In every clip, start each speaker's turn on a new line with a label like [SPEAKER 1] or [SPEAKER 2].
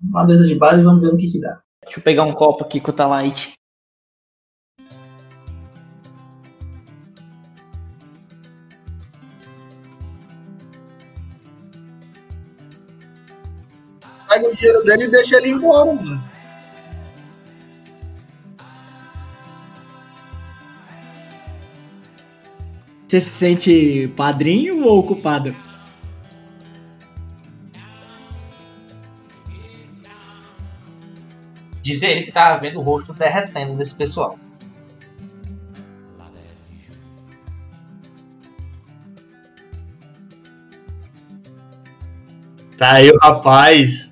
[SPEAKER 1] uma mesa de bar e vamos ver no que, que dá.
[SPEAKER 2] Deixa eu pegar um copo aqui com o Talite.
[SPEAKER 3] Pega o dinheiro dele e deixa ele embora, mano.
[SPEAKER 4] Você se sente padrinho ou culpado?
[SPEAKER 2] Diz ele que
[SPEAKER 5] tá
[SPEAKER 2] tava vendo o rosto derretendo desse pessoal.
[SPEAKER 3] Tá aí o rapaz.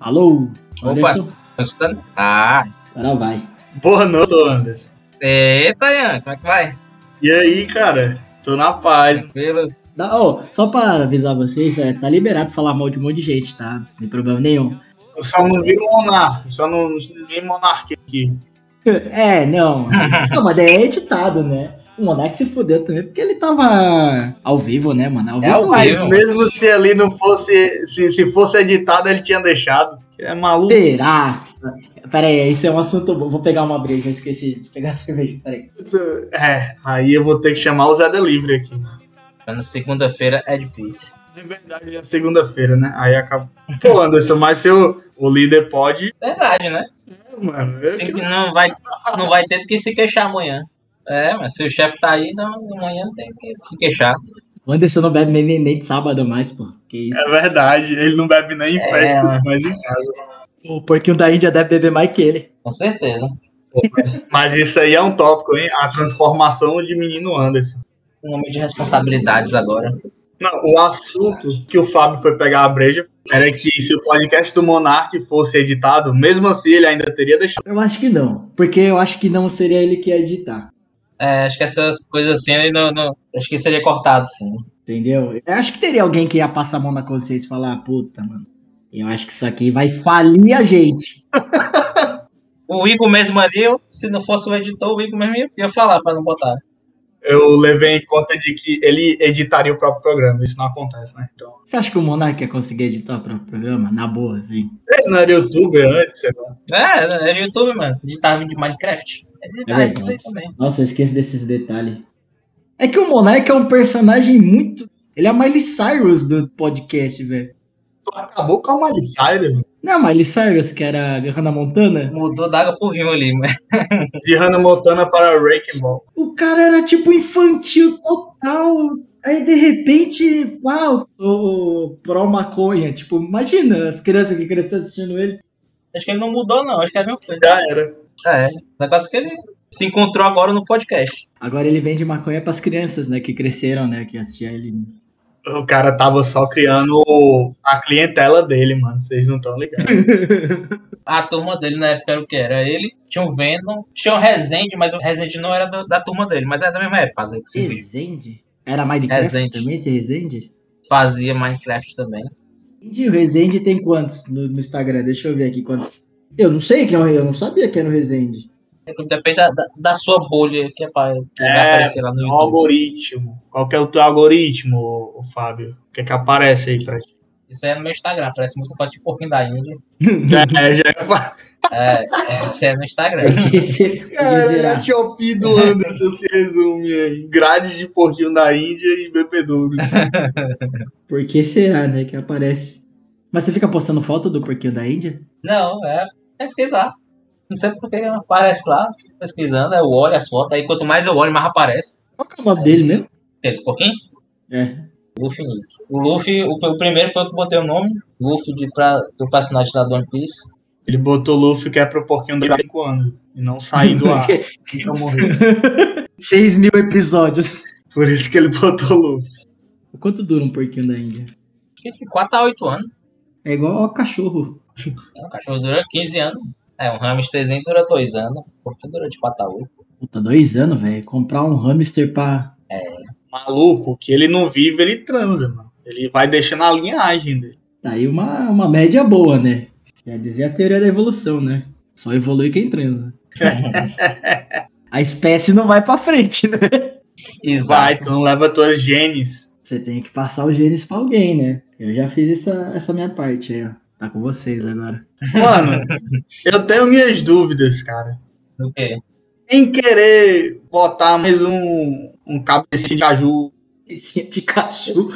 [SPEAKER 4] Alô?
[SPEAKER 5] Opa.
[SPEAKER 4] Anderson?
[SPEAKER 5] Tô Tá escutando? Ah,
[SPEAKER 4] Agora vai.
[SPEAKER 3] Boa noite, ô Anderson.
[SPEAKER 5] eita, Ian, como é que vai?
[SPEAKER 3] E aí, cara? Tô na paz.
[SPEAKER 5] Tranquilos?
[SPEAKER 4] Dá- ó, só pra avisar vocês, é, tá liberado falar mal de um monte de gente, tá? Não tem problema nenhum.
[SPEAKER 3] Eu só não vi monarca. Eu só não, não vi monarquia aqui.
[SPEAKER 4] É, não. não, mas daí é editado, né? O Monark se fudeu também, porque ele tava ao vivo, né, mano? Ao vivo.
[SPEAKER 5] ao
[SPEAKER 4] mas-
[SPEAKER 5] vivo.
[SPEAKER 3] Mas mesmo se ali não fosse. Se, se fosse editado, ele tinha deixado. É maluco.
[SPEAKER 4] Será? Pera aí, esse é um assunto bom. Vou pegar uma breja, eu esqueci de pegar a cerveja. Pera aí.
[SPEAKER 3] É, aí eu vou ter que chamar o Zé Delivery aqui.
[SPEAKER 5] Mas na segunda-feira é difícil.
[SPEAKER 3] De verdade, é segunda-feira, né? Aí acaba. Pô, Anderson, mas se o, o líder pode. É,
[SPEAKER 5] Verdade, né?
[SPEAKER 3] Mano, eu
[SPEAKER 5] Tem
[SPEAKER 3] que-
[SPEAKER 5] que- não, vai, não vai ter do que se queixar amanhã. É, mas se o chefe tá aí, então amanhã não tem que se queixar.
[SPEAKER 4] O Anderson não bebe nem, nem, nem de sábado mais, pô. Que isso.
[SPEAKER 3] É verdade, ele não bebe nem em festa,
[SPEAKER 5] É, mano.
[SPEAKER 3] mas em casa.
[SPEAKER 4] O porquinho da Índia deve beber mais que ele.
[SPEAKER 5] Com certeza.
[SPEAKER 3] Mas isso aí é um tópico, hein? A transformação de menino Anderson.
[SPEAKER 5] Um homem de responsabilidades agora.
[SPEAKER 3] Não, o assunto que o Fábio foi pegar a breja era que se o podcast do Monark fosse editado, mesmo assim ele ainda teria deixado.
[SPEAKER 4] Eu acho que não. Porque eu acho que não seria ele que ia editar.
[SPEAKER 5] É, acho que essas coisas assim, ele não, não- acho que seria cortado, sim.
[SPEAKER 4] Entendeu? Eu acho que teria alguém que ia passar a mão na consciência e falar, puta, mano. Eu acho que isso aqui vai falir a gente.
[SPEAKER 5] O Igor mesmo é, ali, eu- se não fosse o editor, o Igor mesmo ia, ia falar pra não botar.
[SPEAKER 3] Eu levei em conta de que ele editaria o próprio programa. Isso não acontece, né? Então.
[SPEAKER 4] Você acha que o Monark ia conseguir editar o próprio programa? Na boa, assim.
[SPEAKER 3] Ele não era youtuber antes, sei lá.
[SPEAKER 5] É, era YouTube, mano. Editava vídeo de Minecraft. Editava
[SPEAKER 4] É
[SPEAKER 5] isso aí
[SPEAKER 4] verdade.
[SPEAKER 5] também.
[SPEAKER 4] Nossa, eu esqueço desses detalhes. É que o Monark é um personagem muito. Ele é a Miley Cyrus do podcast, velho.
[SPEAKER 3] Acabou com a Miley Cyrus,
[SPEAKER 4] Não é a Miley Cyrus, que era a Hannah Montana?
[SPEAKER 5] Mudou da água pro vinho ali, mas
[SPEAKER 3] de Hannah Montana para Wrecking Ball.
[SPEAKER 4] O cara era tipo infantil total. Aí de repente, uau, o pró maconha. Tipo, imagina as crianças que cresceram assistindo ele.
[SPEAKER 5] acho que ele não mudou, não. Acho que é a mesma coisa.
[SPEAKER 3] Já era.
[SPEAKER 5] É, o negócio é que ele se encontrou agora no podcast.
[SPEAKER 4] Agora ele vende maconha pras crianças, né? Que cresceram, né? Que assistiam ele.
[SPEAKER 3] O cara tava só criando o- a clientela dele, mano. Vocês não estão ligados.
[SPEAKER 5] A turma dele na época era o que? Era ele, tinha o Venom, tinha o Rezende, mas o Rezende não era do- da turma dele, mas era da mesma época, fazia, esses vídeos.
[SPEAKER 4] Resende? Era Minecraft
[SPEAKER 5] É Resende.
[SPEAKER 4] também, esse Resende?
[SPEAKER 5] fazia Minecraft também.
[SPEAKER 4] Entendi, o Rezende tem quantos no, no Instagram? Deixa eu ver aqui quantos. Eu não sei quem é o eu não sabia que era o Rezende.
[SPEAKER 5] Depende da, da, da sua bolha que, é pra, que vai
[SPEAKER 3] É,
[SPEAKER 5] aparecer lá no
[SPEAKER 3] O
[SPEAKER 5] YouTube.
[SPEAKER 3] algoritmo. Qual que é o teu algoritmo, ô- ô Fábio? O que é que aparece aí pra ti?
[SPEAKER 5] Isso aí é no meu Instagram, parece muito foto de porquinho da Índia.
[SPEAKER 3] É, já ia falar.
[SPEAKER 5] É, é, isso aí é no Instagram.
[SPEAKER 4] Porque se- porque
[SPEAKER 3] Cara, a
[SPEAKER 4] será?
[SPEAKER 3] Shopee do Anderson se resume em grade de porquinho da Índia e bebedouros.
[SPEAKER 4] Por que será, né? Que aparece. Mas você fica postando foto do porquinho da Índia?
[SPEAKER 5] Não, é pesquisar. Não sei porque aparece lá, fico pesquisando, eu olho as fotos, aí quanto mais eu olho, mais aparece.
[SPEAKER 4] Qual que é o nome dele mesmo?
[SPEAKER 5] Aqueles pouquinho.
[SPEAKER 4] É.
[SPEAKER 5] Luffy Nick. O Luffy, o, o primeiro foi o que botei o nome. Luffy de pra, do personagem lá do One Piece.
[SPEAKER 3] Ele botou Luffy que é pro porquinho da Índia quando? E não sair do ar. Então morreu.
[SPEAKER 4] 6 mil episódios.
[SPEAKER 3] Por isso que ele botou Luffy.
[SPEAKER 4] Quanto dura um porquinho da Índia?
[SPEAKER 5] Que de 4 a 8 anos. É,
[SPEAKER 4] É igual ao cachorro.
[SPEAKER 5] O cachorro dura 15 anos. É, um hamsterzinho dura 2 anos. Porque dura de 4 a 8.
[SPEAKER 4] Puta, dois anos, velho. Comprar um hamster pra.
[SPEAKER 3] Maluco, que ele não vive, ele transa, mano. Ele vai deixando a linhagem dele.
[SPEAKER 4] Tá aí uma, uma média boa, né? Já dizia a teoria da evolução, né? Só evolui quem transa. a espécie não vai pra frente, né?
[SPEAKER 3] Vai,
[SPEAKER 5] Exato.
[SPEAKER 3] tu não leva tuas genes.
[SPEAKER 4] Você tem que passar os genes pra alguém, né? Eu já fiz essa, essa minha parte aí, ó. Tá com vocês agora.
[SPEAKER 3] Mano, eu tenho minhas dúvidas, cara.
[SPEAKER 5] Do quê?
[SPEAKER 3] Em querer botar mais um, um cabecinho de aju.
[SPEAKER 4] Cabecinha de cachorro.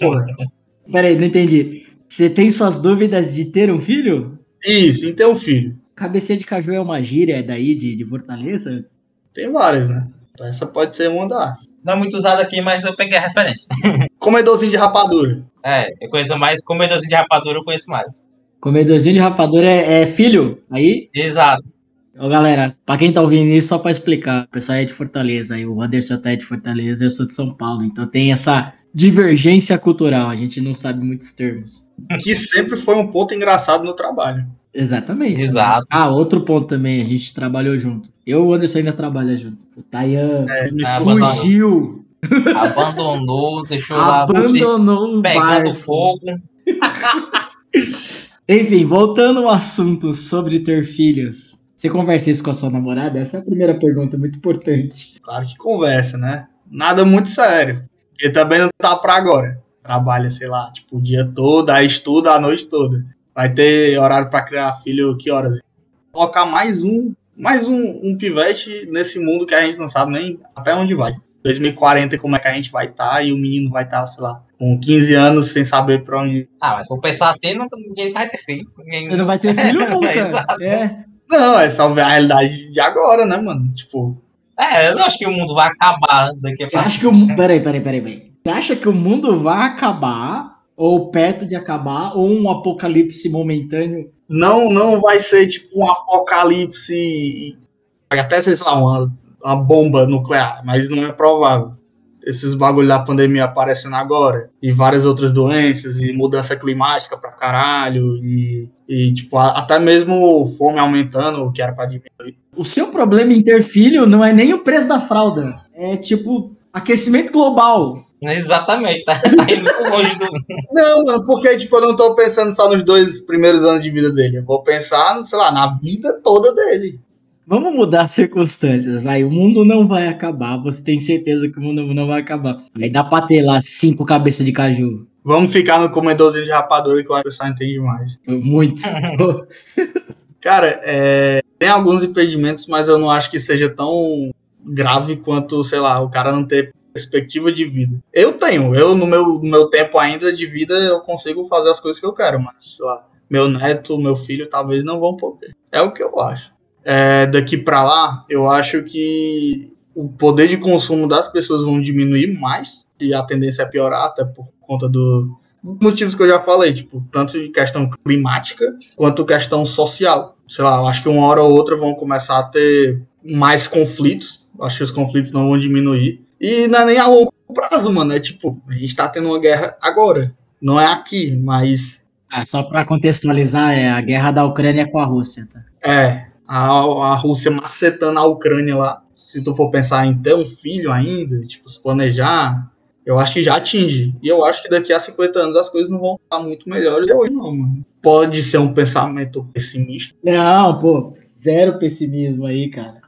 [SPEAKER 3] Porra.
[SPEAKER 4] Peraí, não entendi. Você tem suas dúvidas de ter um filho?
[SPEAKER 3] Isso, e ter um filho.
[SPEAKER 4] Cabecinha de caju é uma gíria daí de, de Fortaleza?
[SPEAKER 3] Tem várias, né? Então Essa pode ser uma das.
[SPEAKER 5] Não é muito usado aqui, mas eu peguei a referência.
[SPEAKER 3] Comedorzinho de rapadura.
[SPEAKER 5] É, eu conheço mais comedorzinho de rapadura, eu conheço mais.
[SPEAKER 4] Comedorzinho de rapadura é, é filho? Aí,
[SPEAKER 5] Exato.
[SPEAKER 4] ó galera, pra quem tá ouvindo isso, só pra explicar. O pessoal é de Fortaleza, aí o Anderson tá é de Fortaleza, eu sou de São Paulo. Então tem essa divergência cultural, a gente não sabe muitos termos.
[SPEAKER 3] Que sempre foi um ponto engraçado no trabalho.
[SPEAKER 4] Exatamente.
[SPEAKER 5] Exato.
[SPEAKER 4] Ah, outro ponto também, a gente trabalhou junto. Eu e o Anderson ainda trabalha junto. O Tayan
[SPEAKER 3] É, me fugiu.
[SPEAKER 5] Ah, abandonou.
[SPEAKER 4] fugiu,
[SPEAKER 5] Ah, Abandonou, deixou lá você
[SPEAKER 4] abandonou o
[SPEAKER 5] pegando
[SPEAKER 4] barco.
[SPEAKER 5] fogo.
[SPEAKER 4] Enfim, voltando ao assunto sobre ter filhos. Você conversa isso com a sua namorada? Essa é a primeira pergunta, muito importante.
[SPEAKER 3] Claro que conversa, né? Nada muito sério. Porque também não tá pra agora. Trabalha, sei lá, tipo, o dia todo, aí estuda a noite toda. Vai ter horário pra criar filho, que horas? Colocar mais um, mais um, um pivete nesse mundo que a gente não sabe nem até onde vai. 2040, como é que a gente vai estar e o menino vai estar, sei lá, com 15 anos sem saber pra onde.
[SPEAKER 5] Ah, mas vou pensar assim, não, ninguém vai ter filho. Ninguém...
[SPEAKER 4] Você não vai ter filho nunca.
[SPEAKER 5] Exato.
[SPEAKER 4] É.
[SPEAKER 3] Não, é só ver a realidade de agora, né, mano? Tipo,
[SPEAKER 5] É, eu não acho que o mundo vai acabar daqui a
[SPEAKER 4] Você acha que o mundo... Peraí, peraí, peraí, peraí. Você acha que o mundo vai acabar, ou perto de acabar, ou um apocalipse momentâneo?
[SPEAKER 3] não, não vai ser tipo um apocalipse, até sei lá, uma, uma bomba nuclear, mas não é provável. Esses bagulho da pandemia aparecendo agora, e várias outras doenças, e mudança climática pra caralho, e, e tipo, a- até mesmo fome aumentando, o que era pra diminuir.
[SPEAKER 4] O seu problema em ter filho não é nem o preço da fralda. É tipo aquecimento global.
[SPEAKER 5] Exatamente, tá, tá indo muito longe do.
[SPEAKER 3] Não, mano, porque tipo, eu não tô pensando só nos dois primeiros anos de vida dele, eu vou pensar, sei lá, na vida toda dele.
[SPEAKER 4] Vamos mudar as circunstâncias, vai. O mundo não vai acabar. Você tem certeza que o mundo não vai acabar. Aí dá pra ter lá cinco cabeças de caju.
[SPEAKER 3] Vamos ficar no comedorzinho de rapadura que o pessoal entende mais.
[SPEAKER 4] Muito.
[SPEAKER 3] Cara, é, tem alguns impedimentos, mas eu não acho que seja tão grave quanto, sei lá, o cara não ter perspectiva de vida. Eu tenho, eu no meu, no meu tempo ainda de vida eu consigo fazer as coisas que eu quero, mas sei lá, meu neto, meu filho talvez não vão poder. É o que eu acho. É, daqui pra lá, eu acho que o poder de consumo das pessoas vão diminuir mais e a tendência é piorar até por conta do motivos que eu já falei, tipo, tanto de questão climática quanto questão social. Sei lá, eu acho que uma hora ou outra vão começar a ter mais conflitos. Eu Acho que os conflitos não vão diminuir. E não é nem a longo prazo, mano. É tipo, a gente tá tendo uma guerra agora. Não é aqui, mas
[SPEAKER 4] Ah, só pra contextualizar, é a guerra da Ucrânia com a Rússia, tá?
[SPEAKER 3] é. A, a Rússia macetando a Ucrânia lá. Se tu for pensar em ter um filho ainda, tipo, se planejar, eu acho que já atinge. E eu acho que daqui a 50 anos as coisas não vão estar muito melhores de hoje, não, mano. Pode ser um pensamento pessimista.
[SPEAKER 4] Não, pô, zero pessimismo aí, cara.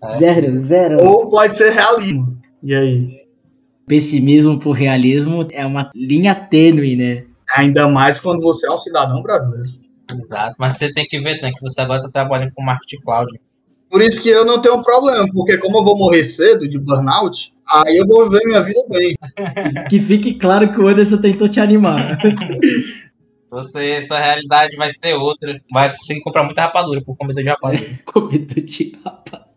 [SPEAKER 4] Tá? zero, zero.
[SPEAKER 3] Ou pode ser realismo. E aí?
[SPEAKER 4] Pessimismo por realismo é uma linha tênue, né?
[SPEAKER 3] Ainda mais quando você é um cidadão brasileiro.
[SPEAKER 5] Exato, mas você tem que ver, tem que você agora tá trabalhando com marketing cloud.
[SPEAKER 3] Por isso que eu não tenho problema, porque como eu vou morrer cedo de burnout, aí eu vou viver minha vida bem.
[SPEAKER 4] Que fique claro que o Anderson tentou te animar.
[SPEAKER 5] Você, essa realidade vai ser outra. Vai conseguir comprar muita rapadura por comedor de rapadura.
[SPEAKER 4] Comedor de rapadura.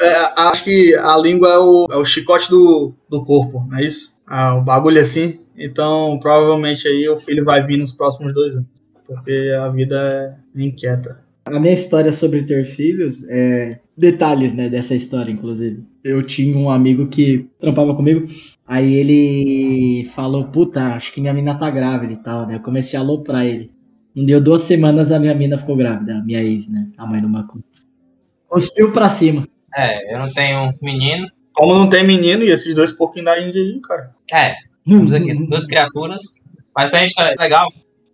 [SPEAKER 3] É, acho que a língua é o, é o chicote do, do corpo, não é isso? Ah, o bagulho é assim. Então, provavelmente aí o filho vai vir nos próximos dois anos. Porque a vida é inquieta.
[SPEAKER 4] A minha história sobre ter filhos é. Detalhes, né, dessa história, inclusive. Eu tinha um amigo que trampava comigo, aí ele falou: Puta, acho que minha mina tá grávida e tal, né? Eu comecei a aloprar ele. Não deu duas semanas, a minha mina ficou grávida, a minha ex, né? A mãe do Macu. Cuspiu pra cima.
[SPEAKER 5] É, eu não tenho menino.
[SPEAKER 3] Como não tem menino, e esses dois porquinhos da Índia aí, cara.
[SPEAKER 5] É, temos aqui
[SPEAKER 3] Uhum.
[SPEAKER 5] duas criaturas. Mas tem história legal.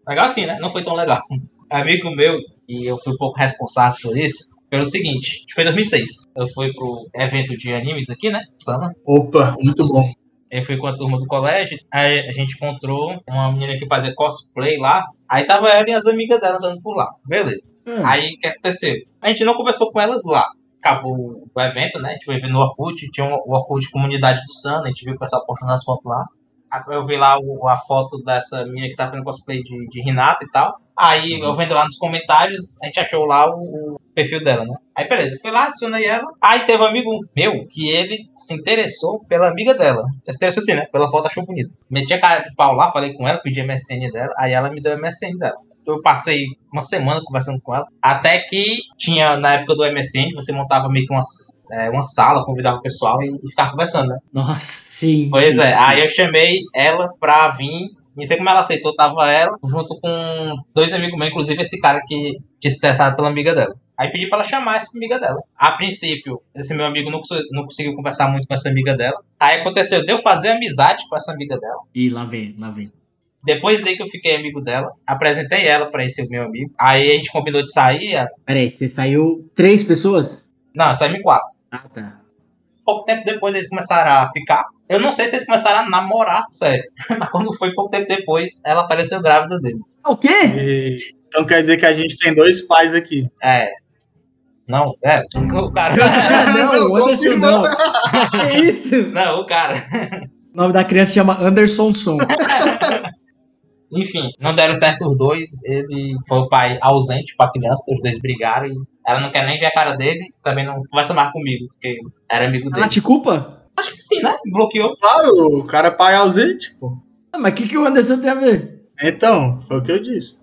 [SPEAKER 5] Legal sim, né? Não foi tão legal. Amigo meu, e eu fui um pouco responsável por isso, pelo seguinte: foi em 2006. Eu fui pro evento de animes aqui, né? Sana.
[SPEAKER 3] Opa, muito bom.
[SPEAKER 5] Eu fui com a turma do colégio, aí a gente encontrou uma menina que fazia cosplay lá. Aí tava ela e as amigas dela andando por lá. Beleza.
[SPEAKER 4] Hum.
[SPEAKER 5] Aí o que aconteceu? A gente não conversou com elas lá. Acabou o evento, né? A gente foi ver no Orkut, tinha um o Orkut comunidade do Sana, a gente viu o pessoal postando as fotos lá. Aí Eu vi lá o- a foto dessa menina que tava fazendo cosplay de, de Renata e tal. Aí eu vendo lá nos comentários, a gente achou lá o, o perfil dela, né? Aí beleza, fui lá, adicionei ela. Aí teve um amigo meu que ele se interessou pela amiga dela. Se interessou assim, né? Pela foto achou bonita. Meti a cara de pau lá, falei com ela, pedi a MSN dela. Aí ela me deu a MSN dela. Eu passei uma semana conversando com ela. Até que tinha, na época do MSN, você montava meio que uma, é, uma sala, convidava o pessoal e, e ficava conversando, né?
[SPEAKER 4] Nossa, sim.
[SPEAKER 5] Pois
[SPEAKER 4] sim,
[SPEAKER 5] é,
[SPEAKER 4] sim.
[SPEAKER 5] aí eu chamei ela pra vir. Não sei como ela aceitou, tava ela, junto com dois amigos meus, inclusive esse cara que tinha se interessado pela amiga dela. Aí pedi pra ela chamar essa amiga dela. A princípio, esse meu amigo não, cons- não conseguiu conversar muito com essa amiga dela. Aí aconteceu de eu fazer amizade com essa amiga dela.
[SPEAKER 4] Ih, lá vem, lá vem.
[SPEAKER 5] Depois daí que eu fiquei amigo dela, apresentei ela pra esse meu amigo. Aí a gente combinou de sair. a-
[SPEAKER 4] Peraí, você saiu três pessoas?
[SPEAKER 5] Não, saímos em quatro.
[SPEAKER 4] Ah, tá.
[SPEAKER 5] Pouco tempo depois eles começaram a ficar. Eu não sei se eles começaram a namorar, sério. Mas quando foi pouco tempo depois, ela apareceu grávida dele.
[SPEAKER 4] O quê?
[SPEAKER 3] E- Então quer dizer que a gente tem dois pais aqui.
[SPEAKER 5] É. Não, é. O cara.
[SPEAKER 4] Não,
[SPEAKER 3] Não,
[SPEAKER 4] não Anderson não. que isso?
[SPEAKER 5] Não, o cara.
[SPEAKER 4] O nome da criança chama Anderson Son.
[SPEAKER 5] Enfim, não deram certo os dois. Ele foi o pai ausente pra criança, os dois brigaram. E ela não quer nem ver a cara dele, também não conversa mais comigo, porque era amigo dele.
[SPEAKER 4] Ela te culpa?
[SPEAKER 5] Acho que sim, né? Bloqueou.
[SPEAKER 3] Claro, o cara é pai ausente, pô.
[SPEAKER 4] Ah, mas o que, que o Anderson tem a ver?
[SPEAKER 3] Então, foi o que eu disse.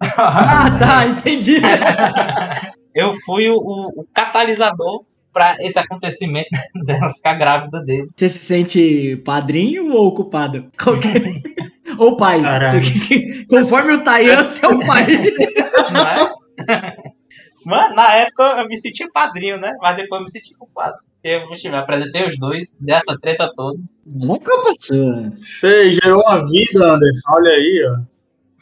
[SPEAKER 4] Ah, tá, entendi.
[SPEAKER 5] Eu fui o, o catalisador pra esse acontecimento dela ficar grávida dele.
[SPEAKER 4] Você se sente padrinho ou culpado? Qualquer- ou pai.
[SPEAKER 3] Caralho.
[SPEAKER 4] Conforme o Tayan, você é o pai.
[SPEAKER 5] Não é? Mano, na época eu me senti padrinho, né? Mas depois eu me senti culpado. Eu me apresentei os dois, dessa treta toda.
[SPEAKER 4] Não é culpa sua.
[SPEAKER 3] Você gerou uma vida, Anderson. Olha aí, ó.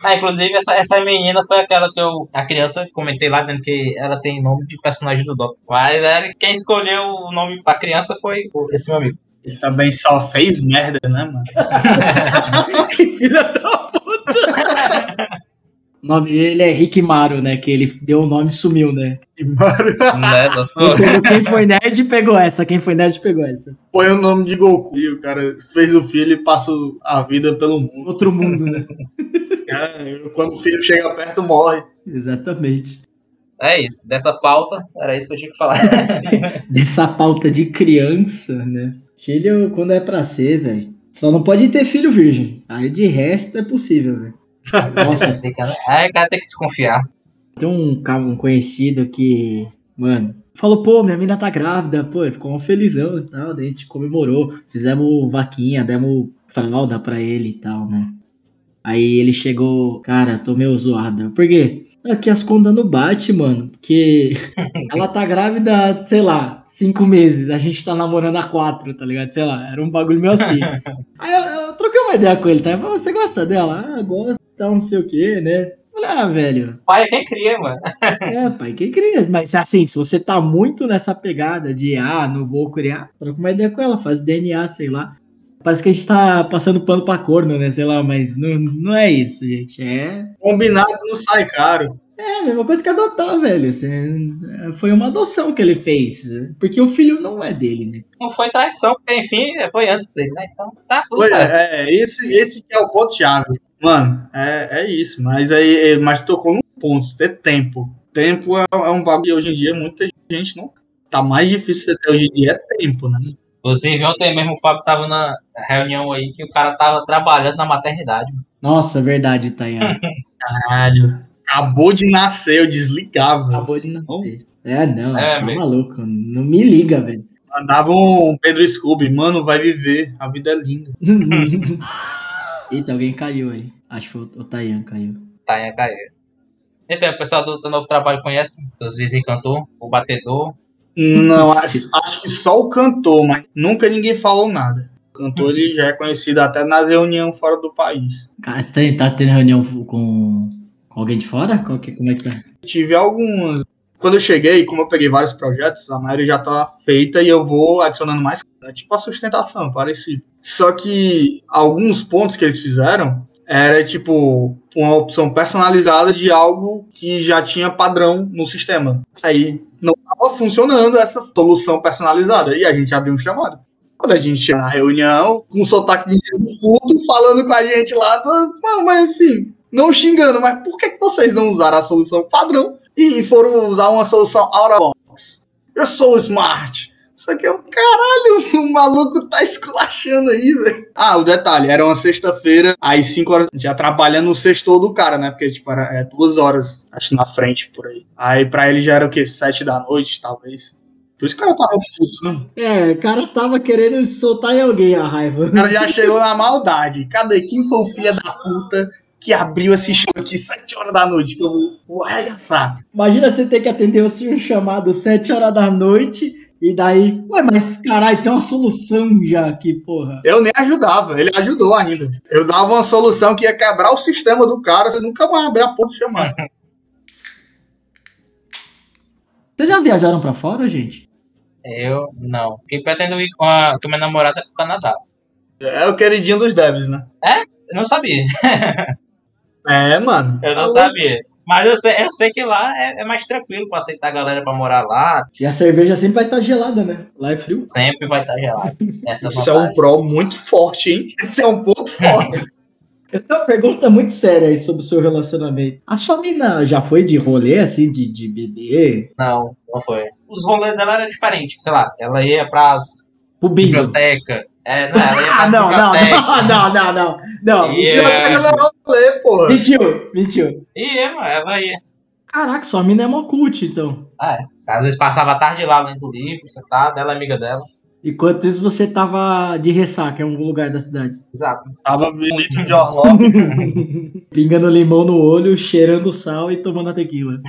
[SPEAKER 5] Ah, inclusive, essa, essa menina foi aquela que eu. A criança comentei lá dizendo que ela tem nome de personagem do Dota. Mas era quem escolheu o nome pra criança foi o- esse meu amigo.
[SPEAKER 3] Ele também só fez merda, né, mano?
[SPEAKER 4] que filha da puta. O nome dele é Rick Maro, né? Que ele deu o nome e sumiu, né?
[SPEAKER 3] Que barulho.
[SPEAKER 5] Né, essas coisas.
[SPEAKER 4] Quem- Quem foi nerd pegou essa. Quem foi nerd pegou essa.
[SPEAKER 3] Põe o nome de Goku e o cara fez o filho e passa a vida pelo mundo.
[SPEAKER 4] Outro mundo, né?
[SPEAKER 3] É, Quando o filho chega perto, morre.
[SPEAKER 4] Exatamente.
[SPEAKER 5] É isso. Dessa pauta, era isso que eu tinha que falar.
[SPEAKER 4] dessa pauta de criança, né? Filho, quando é pra ser, velho. Só não pode ter filho virgem. Aí de resto é possível, velho. Nossa,
[SPEAKER 5] É, cara, tem que desconfiar.
[SPEAKER 4] tem um cara, um conhecido que, mano, falou, pô, minha mina tá grávida, pô, ele ficou um felizão e tal. Daí a gente comemorou, fizemos vaquinha, demos fralda pra ele e tal, né? Aí ele chegou, cara, tô meio zoado. Por quê? É que as contas não bate, mano. Porque ela tá grávida, sei lá, cinco meses. A gente tá namorando há quatro, tá ligado? Sei lá, era um bagulho meio assim. Aí eu, eu troquei uma ideia com ele, tá? Ele falou, você gosta dela? Ah, gosto, tal, não sei o quê, né? Eu Falei, ah, velho,
[SPEAKER 5] Pai é quem cria, mano.
[SPEAKER 4] é, pai, quem cria? Mas assim, se você tá muito nessa pegada de ah, não vou criar, troca uma ideia com ela, faz DNA, sei lá. Parece que a gente tá passando pano pra corno, né? Sei lá, mas não, não é isso, gente. É,
[SPEAKER 3] Combinado não sai caro.
[SPEAKER 4] é a mesma coisa que adotar, velho. Assim, é, foi uma adoção que ele fez. Porque o filho não é dele, né?
[SPEAKER 5] Não foi traição, porque enfim, foi antes dele, né? Então tá tudo
[SPEAKER 3] Pois
[SPEAKER 5] certo.
[SPEAKER 3] é, é, esse, esse que é o ponto-chave. Mano, é, é isso. Mas aí, é, mas tocou num ponto, ter tempo. Tempo é, é um bagulho que hoje em dia muita gente não. Tá mais difícil você ter hoje em dia é tempo, né?
[SPEAKER 5] Inclusive, ontem mesmo o Fábio tava na reunião aí que o cara tava trabalhando na maternidade.
[SPEAKER 4] Nossa, verdade, Tayana.
[SPEAKER 3] Caralho. Acabou de nascer, eu desligava.
[SPEAKER 4] Acabou de nascer. É, não,
[SPEAKER 5] É,
[SPEAKER 4] tá
[SPEAKER 5] meu.
[SPEAKER 4] maluco. Não me liga, velho.
[SPEAKER 3] Mandava um Pedro Scooby, mano, vai viver. A vida é linda.
[SPEAKER 4] Eita, alguém caiu aí. Acho que foi o o Tayan caiu.
[SPEAKER 5] Tá, é, caiu. Então, o pessoal do, do novo trabalho conhece, dos vizinhos cantor, é um o batedor,
[SPEAKER 3] Não, acho, acho que só o cantor, mas nunca ninguém falou nada. O cantor ele já é conhecido até nas reuniões fora do país.
[SPEAKER 4] Cara, você tem- tá tendo reunião f- com, com alguém de fora? Qual que- como é que tá?
[SPEAKER 3] Tive alguns. Quando eu cheguei, como eu peguei vários projetos, a maioria já tá feita e eu vou adicionando mais. É tipo a sustentação, parecido. Só que alguns pontos que eles fizeram era tipo uma opção personalizada de algo que já tinha padrão no sistema. Aí não estava funcionando essa solução personalizada e a gente abriu um chamado. Quando a gente chega na reunião, com um sotaque de indiano puto falando com a gente lá, do- "Não, mas assim, não xingando, mas por que, que vocês não usaram a solução padrão e foram usar uma solução out of box? Eu sou smart. Isso aqui é um caralho, o maluco tá esculachando aí, velho. Ah, o detalhe, era uma sexta-feira, às 5 horas, já trabalhando o sexto do cara, né? Porque, tipo, era é, duas horas, acho, na frente, por aí. Aí pra ele já era o quê? Sete da noite, talvez. Por isso que o cara tava puto, né?
[SPEAKER 4] É, o cara tava querendo soltar em alguém a raiva.
[SPEAKER 3] O cara já chegou na maldade. Cadê? Quem foi o filho da puta que abriu esse show aqui 7 horas da noite? Que eu vou- vou arregaçar.
[SPEAKER 4] Imagina você ter que atender assim, um chamado às 7 horas da noite e daí, ué, mas caralho, tem uma solução já aqui, porra.
[SPEAKER 3] Eu nem ajudava, ele ajudou ainda. Eu dava uma solução que ia quebrar o sistema do cara, você nunca vai abrir a porta e chamar.
[SPEAKER 4] Vocês já viajaram pra fora, gente?
[SPEAKER 5] Eu não. E pretendo ir com a, com minha namorada pro Canadá.
[SPEAKER 3] É o queridinho dos devs, né?
[SPEAKER 5] Eu não sabia.
[SPEAKER 3] É, mano.
[SPEAKER 5] Eu não
[SPEAKER 3] Alô?
[SPEAKER 5] sabia. Mas eu sei, eu sei que lá é, é mais tranquilo pra aceitar a galera pra morar lá.
[SPEAKER 4] E a cerveja sempre vai estar gelada, né? Lá é frio.
[SPEAKER 5] Sempre vai estar gelado. Essa
[SPEAKER 3] Isso é um
[SPEAKER 5] vantagem.
[SPEAKER 3] pro muito forte, hein? Isso é um ponto forte.
[SPEAKER 4] Eu tenho uma pergunta muito séria aí sobre o seu relacionamento. A sua mina já foi de rolê, assim, de, de beber?
[SPEAKER 5] Não, não foi. Os rolês dela eram diferentes, sei lá. Ela ia pras
[SPEAKER 4] O bingo.
[SPEAKER 5] bibliotecas. É, não, ela ia
[SPEAKER 4] Ah,
[SPEAKER 5] pras
[SPEAKER 4] não, não,
[SPEAKER 5] bibliotecas.
[SPEAKER 4] não, não, não, não, não.
[SPEAKER 5] E-
[SPEAKER 3] Já tá jogando rolê, porra.
[SPEAKER 4] Mentiu, mentiu.
[SPEAKER 5] Ia, é, mano, ela ia.
[SPEAKER 4] Caraca, sua mina é uma cult, então.
[SPEAKER 5] Às vezes passava a tarde lá lendo livro, sentada, ela é amiga dela.
[SPEAKER 4] Enquanto isso, você tava de ressaca em algum lugar da cidade.
[SPEAKER 5] Exato.
[SPEAKER 3] Tava bonito de Orlov.
[SPEAKER 4] Pingando limão no olho, cheirando sal e tomando a tequila.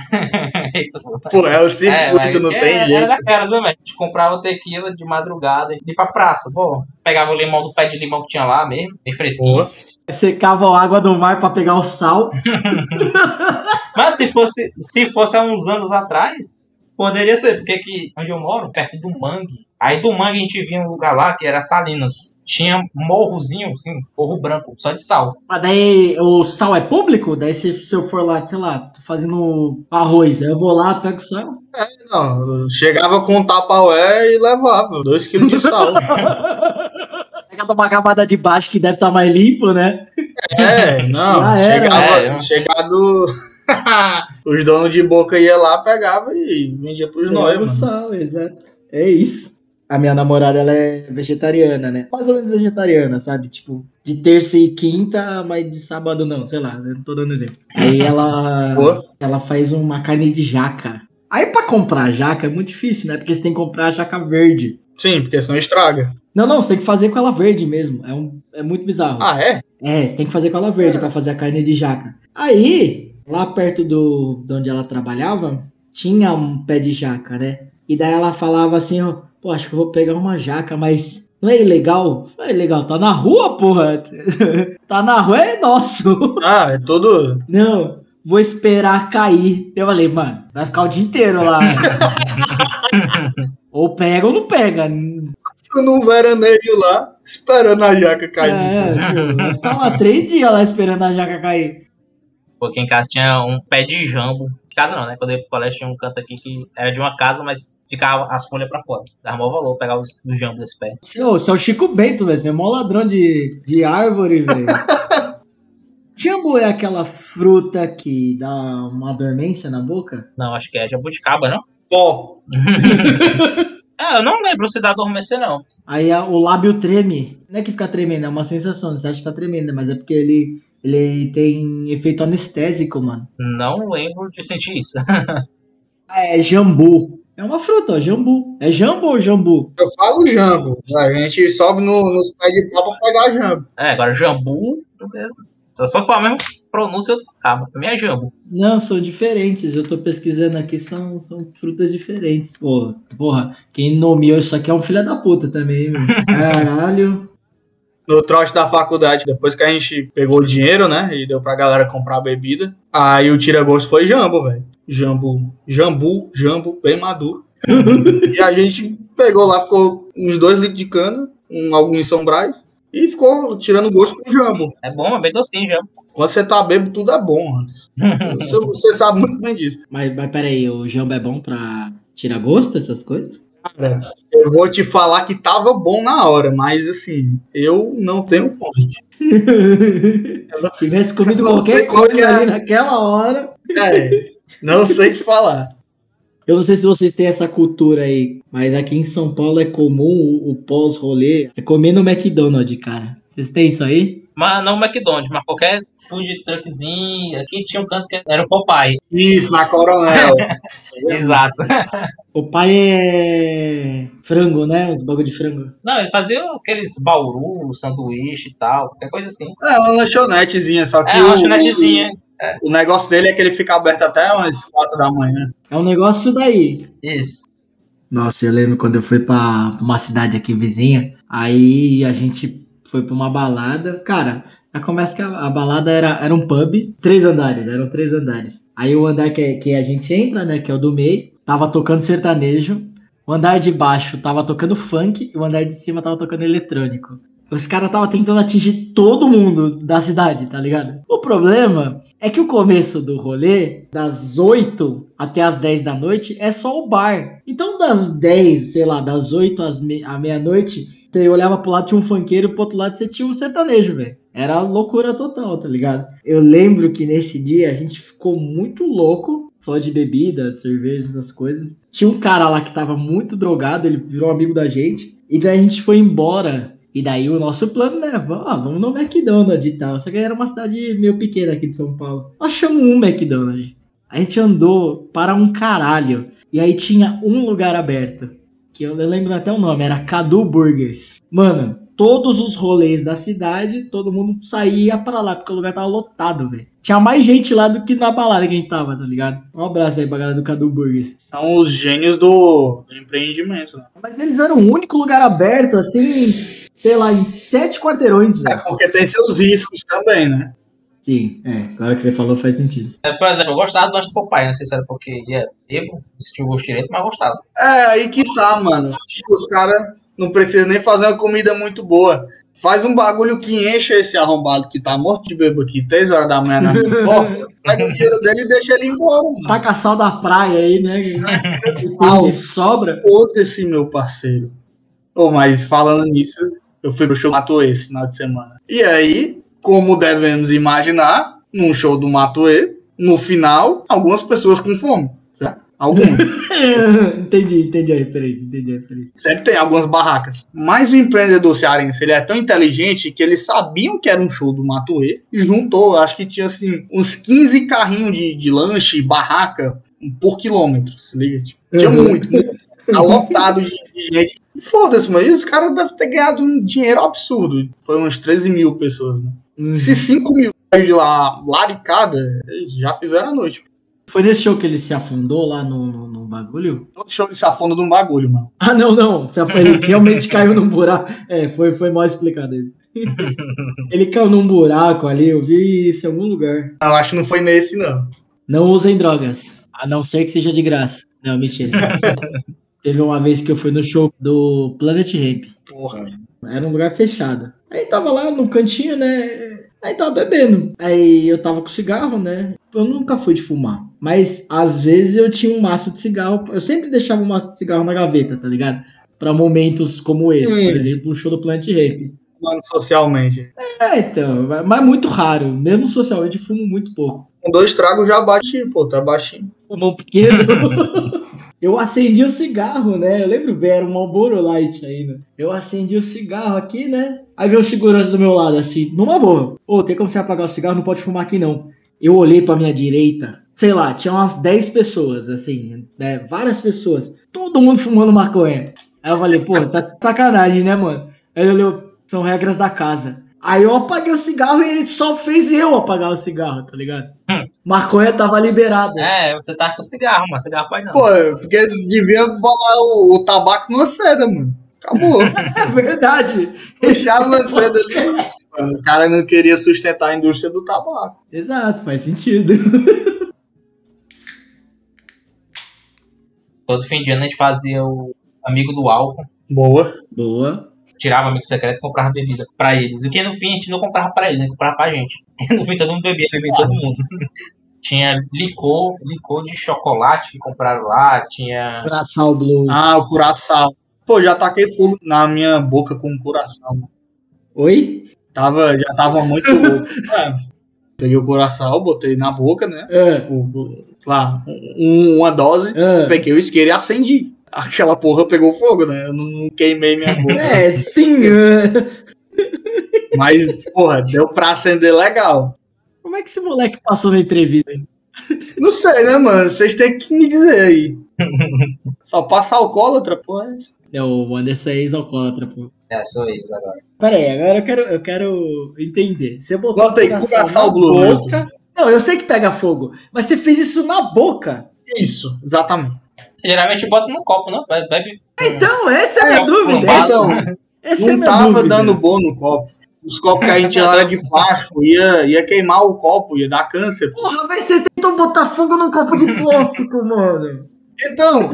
[SPEAKER 5] Eita, pô.
[SPEAKER 3] Pô, é o
[SPEAKER 5] É, mas
[SPEAKER 3] circuito, não
[SPEAKER 5] era-
[SPEAKER 3] tem
[SPEAKER 5] Era
[SPEAKER 3] jeito.
[SPEAKER 5] daquelas, né, velho? A gente comprava tequila de madrugada e ia pra praça. Pô, pegava o limão do pé de limão que tinha lá mesmo, bem fresquinho.
[SPEAKER 3] Boa.
[SPEAKER 4] Secava a água do mar pra pegar o sal.
[SPEAKER 5] Mas se fosse, se fosse há uns anos atrás, poderia ser, porque aqui onde eu moro, perto do mangue. Aí do mangue a gente via um lugar lá que era Salinas. Tinha um morrozinho, assim, morro branco, só de sal.
[SPEAKER 4] Mas daí o sal é público? Daí se, se eu for lá, sei lá, tô fazendo arroz, aí eu vou lá, pego o sal.
[SPEAKER 3] Não, eu chegava com um tapaué e levava. Dois quilos de sal.
[SPEAKER 4] Pega de uma camada de baixo que deve estar mais limpo, né?
[SPEAKER 3] É, não.
[SPEAKER 4] Já era.
[SPEAKER 3] chegava,
[SPEAKER 5] É, eu-
[SPEAKER 3] chegado. os donos de boca ia lá, pegava e vendia pros nós,
[SPEAKER 4] Pega o
[SPEAKER 3] mano.
[SPEAKER 4] sal, exato. É isso. A minha namorada, ela é vegetariana, né? Mais ou menos vegetariana, sabe? Tipo, de terça e quinta, mas de sábado não, sei lá, eu não tô dando exemplo. Aí ela.
[SPEAKER 3] Pô,
[SPEAKER 4] ela faz uma carne de jaca. Aí pra comprar jaca é muito difícil, né? Porque você tem que comprar a jaca verde.
[SPEAKER 3] Sim, porque senão estraga.
[SPEAKER 4] Não, não, você tem que fazer com ela verde mesmo. É, um, é muito bizarro.
[SPEAKER 3] Ah, é?
[SPEAKER 4] É, você tem que fazer com ela verde pra fazer a carne de jaca. Aí, lá perto do de onde ela trabalhava, tinha um pé de jaca, né? E daí ela falava assim, ó, pô, acho que eu vou pegar uma jaca, mas não é ilegal? É ilegal, tá na rua, porra. tá na rua, é nosso.
[SPEAKER 3] Ah, é tudo.
[SPEAKER 4] Não, vou esperar cair. Eu falei, mano, vai ficar o dia inteiro lá. ou pega ou não pega.
[SPEAKER 3] No veraneio lá, esperando a jaca cair.
[SPEAKER 4] É, pô, vai ficar lá três dias lá esperando a jaca cair.
[SPEAKER 5] Porque em casa tinha um pé de jambo. Em casa não, né? Quando eu ia pro colégio tinha um canto aqui que era de uma casa, mas ficava as folhas pra fora. Dava maior valor pegar os, os jambos desse pé.
[SPEAKER 4] Você, ô, você é o Chico Bento, velho. Você é mó ladrão de, de árvore, velho. Jambu é aquela fruta que dá uma dormência na boca?
[SPEAKER 5] Não, acho que é jabuticaba, não?
[SPEAKER 3] Pó.
[SPEAKER 5] Ah, eu não lembro se dá adormecer, não.
[SPEAKER 4] Aí a- o lábio treme. Não é que fica tremendo, é uma sensação. Você acha que tá tremendo, mas é porque ele, ele tem efeito anestésico, mano.
[SPEAKER 5] Não lembro de sentir isso.
[SPEAKER 4] Ah, É jambu. É uma fruta, ó, jambu. É jambu ou jambu?
[SPEAKER 3] Eu falo jambo. A gente sobe no, nos pés de pau pra pegar jambo.
[SPEAKER 5] É, agora jambu. Se eu só for a mesma pronúncia, eu tava. Pra mim é jambu.
[SPEAKER 4] Não, são diferentes. Eu tô pesquisando aqui, são, são frutas diferentes. Porra, porra, quem nomeou isso aqui é um filho da puta também, meu. Caralho.
[SPEAKER 3] No trote da faculdade, depois que a gente pegou o dinheiro, né? E deu pra galera comprar a bebida. Aí o tira-gosto foi jambo, velho. Jambu, jambu, jambu, bem maduro. e a gente pegou lá, ficou uns dois litros de cana, um, alguns São Brás. E ficou tirando gosto com o jambo.
[SPEAKER 5] É bom, é bem docinho já.
[SPEAKER 3] Quando você tá bêbado, tudo é bom, Anderson. Você, você sabe muito bem disso.
[SPEAKER 4] Mas, mas peraí, o jambo é bom pra tirar gosto, essas coisas?
[SPEAKER 3] Cara, eu vou te falar que tava bom na hora, mas assim, eu não tenho ponto.
[SPEAKER 4] Tivesse comido
[SPEAKER 3] Não,
[SPEAKER 4] qualquer
[SPEAKER 3] qual que
[SPEAKER 4] coisa
[SPEAKER 3] é?
[SPEAKER 4] ali naquela hora.
[SPEAKER 3] É, não sei te falar.
[SPEAKER 4] Eu não sei se vocês têm essa cultura aí, mas aqui em São Paulo é comum o, o pós-rolê é comer no McDonald's, cara. Vocês têm isso aí?
[SPEAKER 5] Mas não o McDonald's, mas qualquer food truckzinho. Aqui tinha um canto que era o Popeye.
[SPEAKER 3] Isso, na Coronel.
[SPEAKER 5] Exato.
[SPEAKER 4] O pai é frango, né? Os bagulho de frango.
[SPEAKER 5] Não, ele fazia aqueles bauru, sanduíche e tal, qualquer coisa assim.
[SPEAKER 3] É uma lanchonetezinha, só que
[SPEAKER 5] É, uma lanchonetezinha.
[SPEAKER 3] O, o negócio dele é que ele fica aberto até umas 4 da manhã.
[SPEAKER 4] É um negócio daí.
[SPEAKER 5] Isso.
[SPEAKER 4] Nossa, eu lembro quando eu fui pra pra uma cidade aqui vizinha, aí a gente foi pra uma balada. Cara, já começa que a, a balada era, era um pub, três andares, eram três andares. Aí o andar que, que a gente entra, né, que é o do meio, tava tocando sertanejo. O andar de baixo tava tocando funk e o andar de cima tava tocando eletrônico. Os caras tava tentando atingir todo mundo da cidade, tá ligado? O problema é que o começo do rolê, das 8 até as 10 da noite, é só o bar. Então, das 10, sei lá, das 8 às me- à meia-noite, você olhava pro lado tinha um funkeiro, pro outro lado você tinha um sertanejo, velho. Era loucura total, tá ligado? Eu lembro que nesse dia a gente ficou muito louco, só de bebida, cerveja, essas coisas. Tinha um cara lá que tava muito drogado, ele virou amigo da gente. E daí a gente foi embora e daí o nosso plano, né? Vamos, ah, vamos no McDonald's e tal. Só que era uma cidade meio pequena aqui de São Paulo. Nós chamamos um McDonald's. A gente andou para um caralho. E aí tinha um lugar aberto. Que eu lembro até o nome, era Cadu Burgers. Mano, todos os rolês da cidade, todo mundo saía para lá, porque o lugar tava lotado, velho. Tinha mais gente lá do que na balada que a gente tava, tá ligado? Um abraço aí pra galera do Cadu Burgers.
[SPEAKER 3] São os gênios do, do empreendimento. Né?
[SPEAKER 4] Mas eles eram o único lugar aberto, assim, sei lá, em sete quarteirões, velho.
[SPEAKER 3] É porque tem seus riscos também, né?
[SPEAKER 4] Sim, é. Agora que você falou faz sentido.
[SPEAKER 5] É, por exemplo, eu gostava do lanche do Popeye, não sei se era porque ia bebo, não sentia o gosto direito, mas eu gostava.
[SPEAKER 3] É, aí que tá, mano. Tipo, os caras não precisam nem fazer uma comida muito boa. Faz um bagulho que enche esse arrombado que tá morto de bebo aqui, três horas da manhã na minha porta. Pega o dinheiro dele e deixa ele embora, mano.
[SPEAKER 4] Taca Tá sal da praia aí, né? Se tem de sobra.
[SPEAKER 3] Foda-se, meu parceiro. Ô, mas falando nisso, eu fui pro show do Matuê esse final de semana. E aí, como devemos imaginar, num show do Matuê, no final, algumas pessoas com fome, certo? Algumas.
[SPEAKER 4] entendi, entendi a referência, entendi a referência.
[SPEAKER 3] Sempre tem algumas barracas. Mas o empreendedor cearense, ele é tão inteligente que eles sabiam que era um show do Matuê e juntou, acho que tinha assim, uns 15 carrinhos de, de lanche, barraca, por quilômetro, se liga? Tipo, tinha
[SPEAKER 4] Uhum.
[SPEAKER 3] muito, muito. Tá lotado de, de gente. E Foda-se, mas os caras devem ter ganhado um dinheiro absurdo. Foi umas 13 mil pessoas, né?
[SPEAKER 4] Uhum.
[SPEAKER 3] Se 5 mil saiu de lá, laricada, eles já fizeram a noite.
[SPEAKER 4] Foi nesse show que ele se afundou lá no, no, no bagulho?
[SPEAKER 3] Todo show de safona de um bagulho, mano.
[SPEAKER 4] Ah, não, não. Se afundou, ele realmente caiu num buraco. É, foi, foi mal explicado ele. ele caiu num buraco ali, eu vi isso em algum lugar.
[SPEAKER 3] Não, acho que não foi nesse, não.
[SPEAKER 4] Não usem drogas, a não ser que seja de graça. Não, mentira. Teve uma vez que eu fui no show do Planet Ramp.
[SPEAKER 3] Porra.
[SPEAKER 4] Era um lugar fechado. Aí tava lá no cantinho, né? Aí tava bebendo. Aí eu tava com cigarro, né? Eu nunca fui de fumar. Mas às vezes eu tinha um maço de cigarro. Eu sempre deixava um maço de cigarro na gaveta, tá ligado? Pra momentos como esse. Por
[SPEAKER 3] Isso.
[SPEAKER 4] exemplo, o show do Planet Ramp.
[SPEAKER 3] Mano, socialmente.
[SPEAKER 4] É, então. Mas muito raro. Mesmo socialmente, eu fumo muito pouco.
[SPEAKER 3] Com dois tragos já bate, pô, tá baixinho.
[SPEAKER 4] pulmão pequeno. eu acendi o cigarro, né? Eu lembro bem, era um Marlboro Light ainda. Eu acendi o cigarro aqui, né? Aí veio o segurança do meu lado, assim, numa boa. Ô, tem como você apagar o cigarro? Não pode fumar aqui, não. Eu olhei pra minha direita, sei lá, tinha umas 10 pessoas, assim, né? Várias pessoas. Todo mundo fumando maconha. Aí eu falei, pô, tá de sacanagem, né, mano? Aí ele olhou, são regras da casa. Aí eu apaguei o cigarro e ele só fez eu apagar o cigarro, tá ligado?
[SPEAKER 5] Hum.
[SPEAKER 4] Maconha tava liberada.
[SPEAKER 5] É, você tá com cigarro, mas cigarro pode não.
[SPEAKER 3] Pô, porque devia bolar o, o tabaco numa seda, mano. Acabou.
[SPEAKER 4] É verdade.
[SPEAKER 3] Fechava uma seda Tá ali. Mano, O cara não queria sustentar a indústria do tabaco.
[SPEAKER 4] Exato, faz sentido.
[SPEAKER 5] Todo fim de ano a gente fazia o amigo do álcool.
[SPEAKER 3] Boa.
[SPEAKER 4] Boa.
[SPEAKER 5] tirava amigo secreto e comprava bebida pra eles. E que no fim a gente não comprava pra eles, a gente comprava pra gente. E no fim todo mundo bebia, bebia todo mundo. tinha licor, licor de chocolate que compraram lá, tinha.
[SPEAKER 4] Traçar o Blue.
[SPEAKER 3] Ah, o curaçal. Pô, já taquei fogo na minha boca com o curaçal.
[SPEAKER 4] Oi?
[SPEAKER 3] Tava, já tava muito louco. É, peguei o curaçal, botei na boca, né?
[SPEAKER 4] Ah,
[SPEAKER 3] O- o- sei lá, um- uma dose,
[SPEAKER 4] ah.
[SPEAKER 3] peguei o isqueiro e acendi. Aquela porra pegou fogo, né? Eu não, não queimei minha boca.
[SPEAKER 4] É, sim. ah.
[SPEAKER 3] Mas, porra, deu pra acender legal.
[SPEAKER 4] Como é que esse moleque passou na entrevista?
[SPEAKER 3] Não sei, né, mano? Vocês têm que me dizer aí. Só passa alcoólatra, porra. é isso.
[SPEAKER 4] É, o Anderson é ex-alcoólatra, pô.
[SPEAKER 5] É, sou ex agora.
[SPEAKER 4] Pera aí, agora eu quero, eu quero entender. Você botou
[SPEAKER 3] Bota aí,
[SPEAKER 4] coração
[SPEAKER 3] curaçao
[SPEAKER 4] na
[SPEAKER 3] Blue, meu
[SPEAKER 4] boca. Não, eu sei que pega fogo, mas você fez isso na boca.
[SPEAKER 3] É Isso, exatamente.
[SPEAKER 5] Geralmente bota num copo, não? Bebe. bebe-
[SPEAKER 4] Então, essa é a minha
[SPEAKER 5] É,
[SPEAKER 4] dúvida.
[SPEAKER 5] não
[SPEAKER 4] Essa,
[SPEAKER 5] passa.
[SPEAKER 3] Então,
[SPEAKER 4] essa é a
[SPEAKER 3] não
[SPEAKER 4] minha
[SPEAKER 3] tava
[SPEAKER 4] dúvida.
[SPEAKER 3] dando bom no copo. Os copos que a gente era de plástico, ia, ia queimar o copo, ia dar câncer.
[SPEAKER 4] Porra, mas você tentou botar fogo num copo de plástico, mano.
[SPEAKER 3] Então,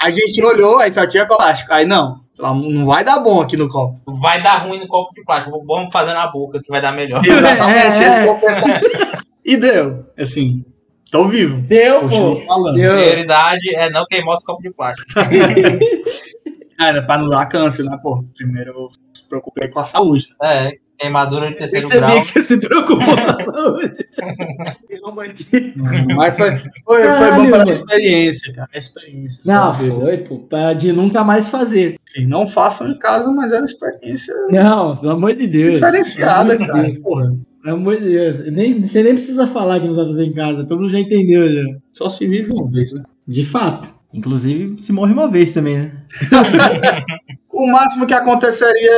[SPEAKER 3] a gente olhou, aí só tinha plástico. Aí não, sei lá, não vai dar bom aqui no copo.
[SPEAKER 5] Vai dar ruim no copo de plástico. Vamos fazer na boca que vai dar melhor.
[SPEAKER 3] Exatamente,
[SPEAKER 4] É, é.
[SPEAKER 3] esse foi o pensamento. E deu, assim, tô vivo.
[SPEAKER 4] Deu,
[SPEAKER 3] Continuo
[SPEAKER 4] pô.
[SPEAKER 3] falando.
[SPEAKER 4] Deu.
[SPEAKER 5] Prioridade é não queimar os copos de plástico.
[SPEAKER 3] Ah, Era pra não dar câncer, né, pô? Primeiro eu me preocupei com a saúde. né?
[SPEAKER 5] É, queimadura de terceiro
[SPEAKER 4] Percebi
[SPEAKER 5] grau.
[SPEAKER 4] que você se preocupou com a saúde. Que romantismo.
[SPEAKER 3] Mas foi, foi, foi
[SPEAKER 4] Caralho,
[SPEAKER 3] bom pela
[SPEAKER 4] mano.
[SPEAKER 3] experiência, cara. A experiência.
[SPEAKER 4] Não,
[SPEAKER 3] sabe?
[SPEAKER 4] foi, pô, pra de nunca mais fazer.
[SPEAKER 3] Assim, não façam em casa, mas é uma experiência
[SPEAKER 4] Não, pelo amor de Deus.
[SPEAKER 3] diferenciada,
[SPEAKER 4] Pelo amor de
[SPEAKER 3] cara.
[SPEAKER 4] Deus.
[SPEAKER 3] Porra,
[SPEAKER 4] Pelo amor de Deus. Nem, você nem precisa falar que não vai fazer em casa, todo mundo já entendeu já.
[SPEAKER 3] só se vive uma vez, né?
[SPEAKER 4] De fato. Inclusive, se morre uma vez também, né?
[SPEAKER 3] O máximo que aconteceria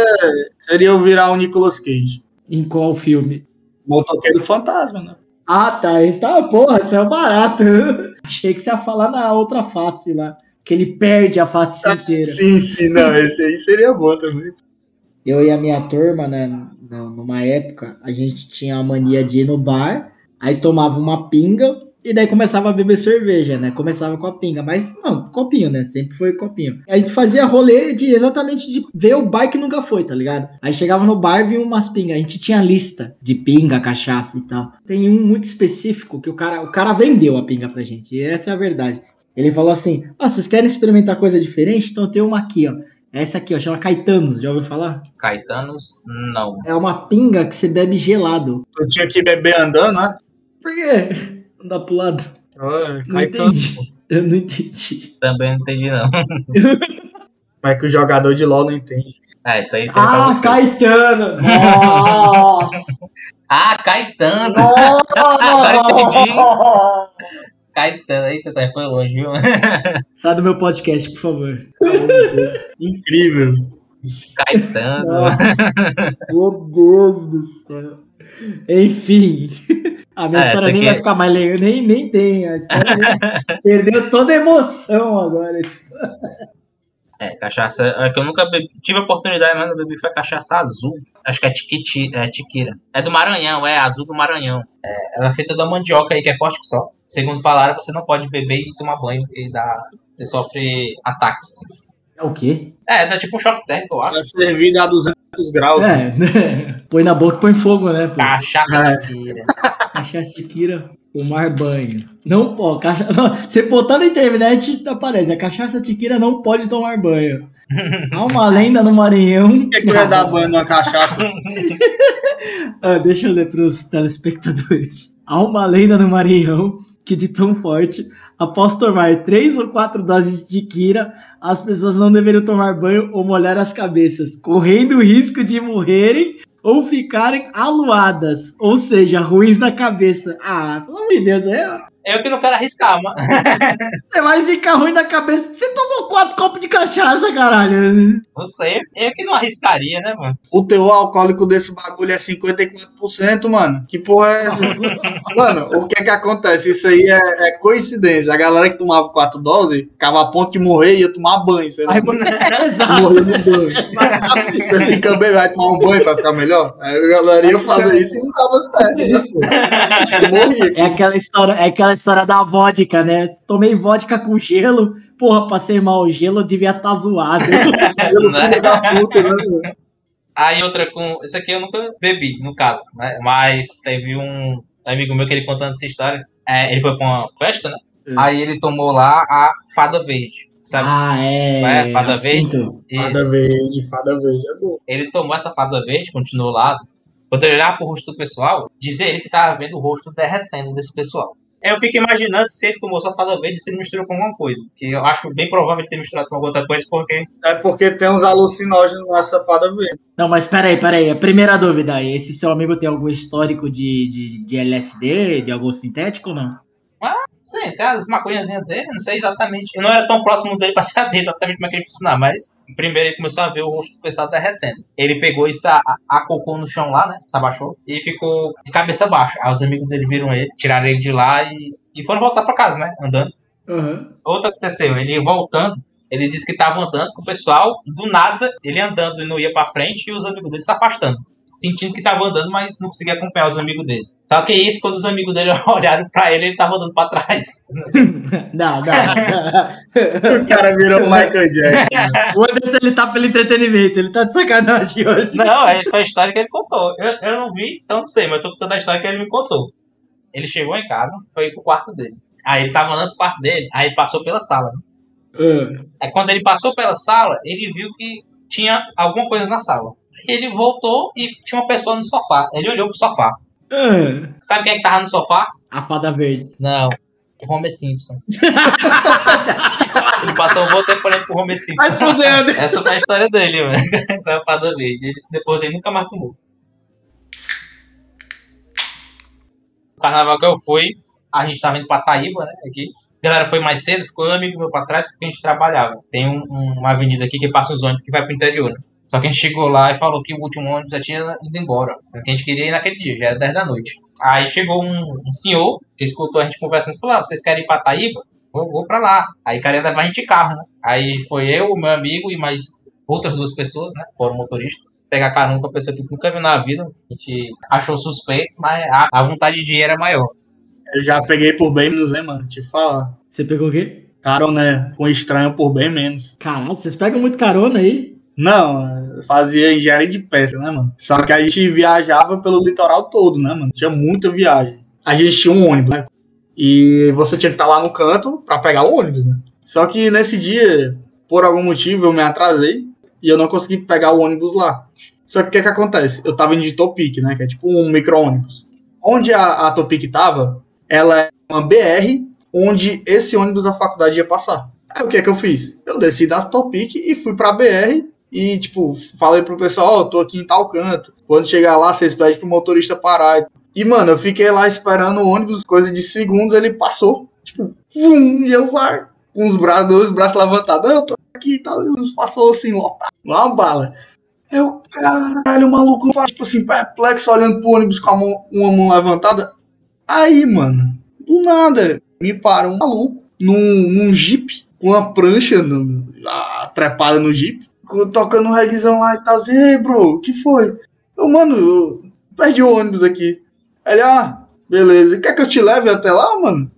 [SPEAKER 3] seria eu virar o Nicolas Cage.
[SPEAKER 4] Em qual filme?
[SPEAKER 3] Motoqueiro fantasma, né?
[SPEAKER 4] Ah, tá. Esse tá, porra, isso é barato. Achei que você ia falar na outra face lá. Que ele perde a face
[SPEAKER 3] Tá,
[SPEAKER 4] inteira.
[SPEAKER 3] Sim, sim, não, esse aí seria bom também.
[SPEAKER 4] eu e a minha turma, né, na- numa época, a gente tinha a mania de ir no bar, aí tomava uma pinga e daí começava a beber cerveja, né? Começava com a pinga, mas não, copinho, né? Sempre foi copinho. A gente fazia rolê de exatamente de ver o bar que nunca foi, tá ligado? Aí chegava no bar e vinha umas pingas. A gente tinha lista de pinga, cachaça e tal. Tem um muito específico que o cara, o cara vendeu a pinga pra gente. E essa é a verdade. Ele falou assim: "Ah, vocês querem experimentar coisa diferente? Então tem uma aqui, ó. Essa aqui, ó, chama Caetanos. Já ouviu falar?
[SPEAKER 5] Caetanos, não.
[SPEAKER 4] É uma pinga que você bebe gelado.
[SPEAKER 3] Eu tinha que beber andando, né?
[SPEAKER 4] Por quê? Não dá pro lado.
[SPEAKER 3] Ah,
[SPEAKER 4] Não
[SPEAKER 3] Caetano.
[SPEAKER 4] entendi. Eu não entendi.
[SPEAKER 5] Também não entendi, não.
[SPEAKER 3] Mas que o jogador de LOL não entende.
[SPEAKER 5] É, isso aí seria pra
[SPEAKER 4] Ah,
[SPEAKER 5] você.
[SPEAKER 4] Caetano! Nossa!
[SPEAKER 5] Ah, Caetano!
[SPEAKER 4] Nossa!
[SPEAKER 5] Caetano, eita, tá, foi longe, viu?
[SPEAKER 4] Sai do meu podcast, por favor.
[SPEAKER 3] Incrível.
[SPEAKER 5] Caetano.
[SPEAKER 4] Meu Deus do céu. Enfim. A minha
[SPEAKER 5] Ah, essa
[SPEAKER 4] história nem
[SPEAKER 5] aqui
[SPEAKER 4] vai
[SPEAKER 5] é-
[SPEAKER 4] ficar mais legal. Nem, nem tem. A história nem- Perdeu toda a emoção agora.
[SPEAKER 5] É, cachaça. É que eu nunca bebi. Tive a oportunidade, mas eu bebi foi cachaça azul. Acho que é, tiquiti, é tiquira. É do Maranhão, é azul do Maranhão. É, ela é feita da mandioca aí, que é forte que só. Segundo falaram, você não pode beber e tomar banho, porque dá. Você sofre ataques.
[SPEAKER 4] É o quê?
[SPEAKER 5] É, dá tipo um choque térmico, eu acho.
[SPEAKER 3] Ela é servida a 200 graus.
[SPEAKER 4] É, né? Põe na boca e põe fogo, né? Pô?
[SPEAKER 5] Cachaça
[SPEAKER 3] É.
[SPEAKER 5] tiquira.
[SPEAKER 4] Cachaça de Kira, tomar banho. Não pode. Cacha... não, Você botar na internet, aparece. A cachaça de Kira não pode tomar banho. Há uma lenda no Maranhão.
[SPEAKER 3] Por que, que eu ia dar banho numa cachaça?
[SPEAKER 4] Ah, deixa eu ler para os telespectadores. Há uma lenda no Maranhão que, de tão forte, após tomar três ou quatro doses de Kira, as pessoas não deveriam tomar banho ou molhar as cabeças, correndo o risco de morrerem ou ficarem aluadas, ou seja, ruins na cabeça. Ah, pelo amor de Deus, é.
[SPEAKER 5] Eu que não quero arriscar, mano.
[SPEAKER 4] Você vai ficar ruim da cabeça. Você tomou quatro copos de cachaça, caralho.
[SPEAKER 5] Não sei. Eu que não arriscaria, né, mano?
[SPEAKER 3] O teor alcoólico desse bagulho é 54%, mano. Que porra é essa? mano, o que é que acontece? Isso aí é, é coincidência. A galera que tomava quatro doses ficava a ponto de morrer e ia tomar banho. Você
[SPEAKER 4] Aí você exato.
[SPEAKER 3] Morrer de banho. Você fica bem, vai tomar um banho pra ficar melhor? É, Aí a galera ia fazer isso e não tava certo, né, pô? Morria.
[SPEAKER 4] É aquela história, é aquela história da vodka, né? Tomei vodka com gelo, porra, passei mal o gelo, eu devia estar zoado.
[SPEAKER 3] Pelo filho da puta, né? meu?
[SPEAKER 5] Aí outra com. Isso aqui eu nunca bebi, no caso, né? Mas teve um amigo meu que ele contando essa história. É, ele foi pra uma festa, né?
[SPEAKER 4] É.
[SPEAKER 5] Aí ele tomou lá a fada verde. Sabe?
[SPEAKER 4] Ah, é.
[SPEAKER 5] É, fada
[SPEAKER 4] absinto.
[SPEAKER 3] Ah, Fada
[SPEAKER 5] Isso.
[SPEAKER 3] verde, fada verde é bom.
[SPEAKER 5] Ele tomou essa fada verde, continuou lá. Quando ele olhar pro rosto do pessoal, dizer ele que tava vendo o rosto derretendo desse pessoal. Eu fico imaginando se ele tomou só fada verde e se ele misturou com alguma coisa. Que eu acho bem provável ele ter misturado com alguma outra coisa, porque
[SPEAKER 3] É porque tem uns alucinógenos nessa fada verde.
[SPEAKER 4] Não, mas peraí, peraí. A primeira dúvida: esse seu amigo tem algum histórico de, de, de LSD, de algum sintético ou não?
[SPEAKER 5] Sim, tem as maconhazinhas dele, não sei exatamente. Eu não era tão próximo dele pra saber exatamente como é que ele funcionava, mas primeiro ele começou a ver o rosto do pessoal derretendo. Ele pegou e se a- acocou no chão lá, né? Se abaixou e ficou de cabeça baixa. Aí os amigos dele viram ele, tiraram ele de lá e, e foram voltar pra casa, né? Andando. Outra aconteceu, ele voltando, ele disse que tava andando com o pessoal, do nada ele andando e não ia pra frente e os amigos dele se afastando. Sentindo que tava andando, mas não conseguia acompanhar os amigos dele. Só que isso, quando os amigos dele olharam pra ele, ele tava andando pra trás.
[SPEAKER 4] Não, não.
[SPEAKER 3] O cara virou o Michael Jackson. né?
[SPEAKER 4] o Anderson ele tá pelo entretenimento, ele tá de sacanagem hoje.
[SPEAKER 5] Não, é, foi a história que ele contou. Eu, eu não vi, então não sei, mas eu tô contando a história que ele me contou. Ele chegou em casa, foi pro quarto dele. Aí ele tava andando pro quarto dele, aí ele passou pela sala. né?
[SPEAKER 4] Ah.
[SPEAKER 5] Aí quando ele passou pela sala, ele viu que tinha alguma coisa na sala. Ele voltou e tinha uma pessoa no sofá. Ele olhou pro sofá.
[SPEAKER 4] Ah, ah.
[SPEAKER 5] Sabe quem é que tava no sofá?
[SPEAKER 4] A fada verde.
[SPEAKER 5] Não, o Homer Simpson. ele passou um bom tempo olhando pro Homer Simpson.
[SPEAKER 4] Vai se fuder, Anderson.
[SPEAKER 5] Essa foi a história dele, mano. Da fada verde. Ele disse que depois dele nunca mais tomou. O carnaval que eu fui, a gente tava indo pra Taíba, né? Aqui. A galera foi mais cedo, ficou eu e um amigo meu pra trás porque a gente trabalhava. Tem um- um- uma avenida aqui que passa os ônibus que vai pro interior, né? Só que a gente chegou lá e falou que o último ônibus já tinha ido embora. Sendo que a gente queria ir naquele dia, já era 10 da noite. Aí chegou um, um senhor que escutou a gente conversando e falou: ah, vocês querem ir pra Taíba? Vou, vou pra lá. Aí o cara ia levar a gente de carro, né? Aí foi eu, o meu amigo e mais outras duas pessoas, né? Foram motoristas. Pegar carona com a pessoa que nunca viu na vida. A gente achou suspeito, mas a, a vontade de ir era maior.
[SPEAKER 3] Eu já peguei por bem menos, hein, mano? Te falar.
[SPEAKER 4] Você pegou o quê?
[SPEAKER 3] Cara, né? Com estranho por bem menos.
[SPEAKER 4] Caralho, vocês pegam muito carona aí?
[SPEAKER 3] Não, eu fazia engenharia de peça, né, mano? Só que a gente viajava pelo litoral todo, né, mano? Tinha muita viagem. A gente tinha um ônibus, né? E você tinha que estar lá no canto pra pegar o ônibus, né? Só que nesse dia, por algum motivo, eu me atrasei e eu não consegui pegar o ônibus lá. Só que o que que acontece? Eu tava indo de Topic, né? Que é tipo um micro-ônibus. Onde a, a Topic tava, ela é uma BR onde esse ônibus da faculdade ia passar. Aí o que é que eu fiz? Eu desci da Topic e fui pra BR e, tipo, falei pro pessoal, ó, tô aqui em tal canto. Quando chegar lá, vocês pedem pro motorista parar. E, mano, eu fiquei lá esperando o ônibus, coisa de segundos, ele passou. Tipo, vum, e eu lá, com os braços, dois braços levantados. Eu tô aqui e tal, e o ônibus passou assim, lotado, uma bala. Eu, caralho, o maluco, tipo assim, perplexo, olhando pro ônibus com a mão, uma mão levantada. Aí, mano, do nada, me para um maluco num, num jeep, com uma prancha no- a- trepada no jeep co- tocando um reggaezão lá e tal. Assim, Ei, bro, o que foi? Eu, mano, eu perdi o ônibus aqui. Ele, ah, beleza. Quer que eu te leve até lá, mano?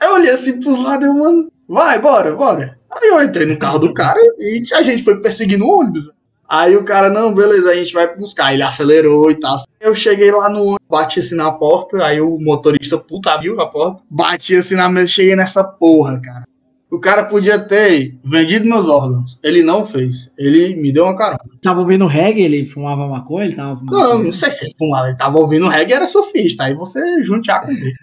[SPEAKER 3] Aí eu olhei assim pros lados, eu, mano, vai, bora, bora. Aí eu entrei no carro do cara e a gente foi perseguindo o ônibus. Aí o cara, não, beleza, a gente vai buscar. Ele acelerou e tal. Eu cheguei lá no ônibus, bati assim na porta, aí o motorista puta abriu a porta, bati assim na mesa, cheguei nessa porra, cara. O cara podia ter vendido meus órgãos. Ele não fez. Ele me deu uma carona.
[SPEAKER 4] Tava ouvindo reggae, ele fumava maconha, ele tava fumando.
[SPEAKER 3] Não, não sei se ele fumava. Ele tava ouvindo reggae e era surfista. Aí você junte A com B.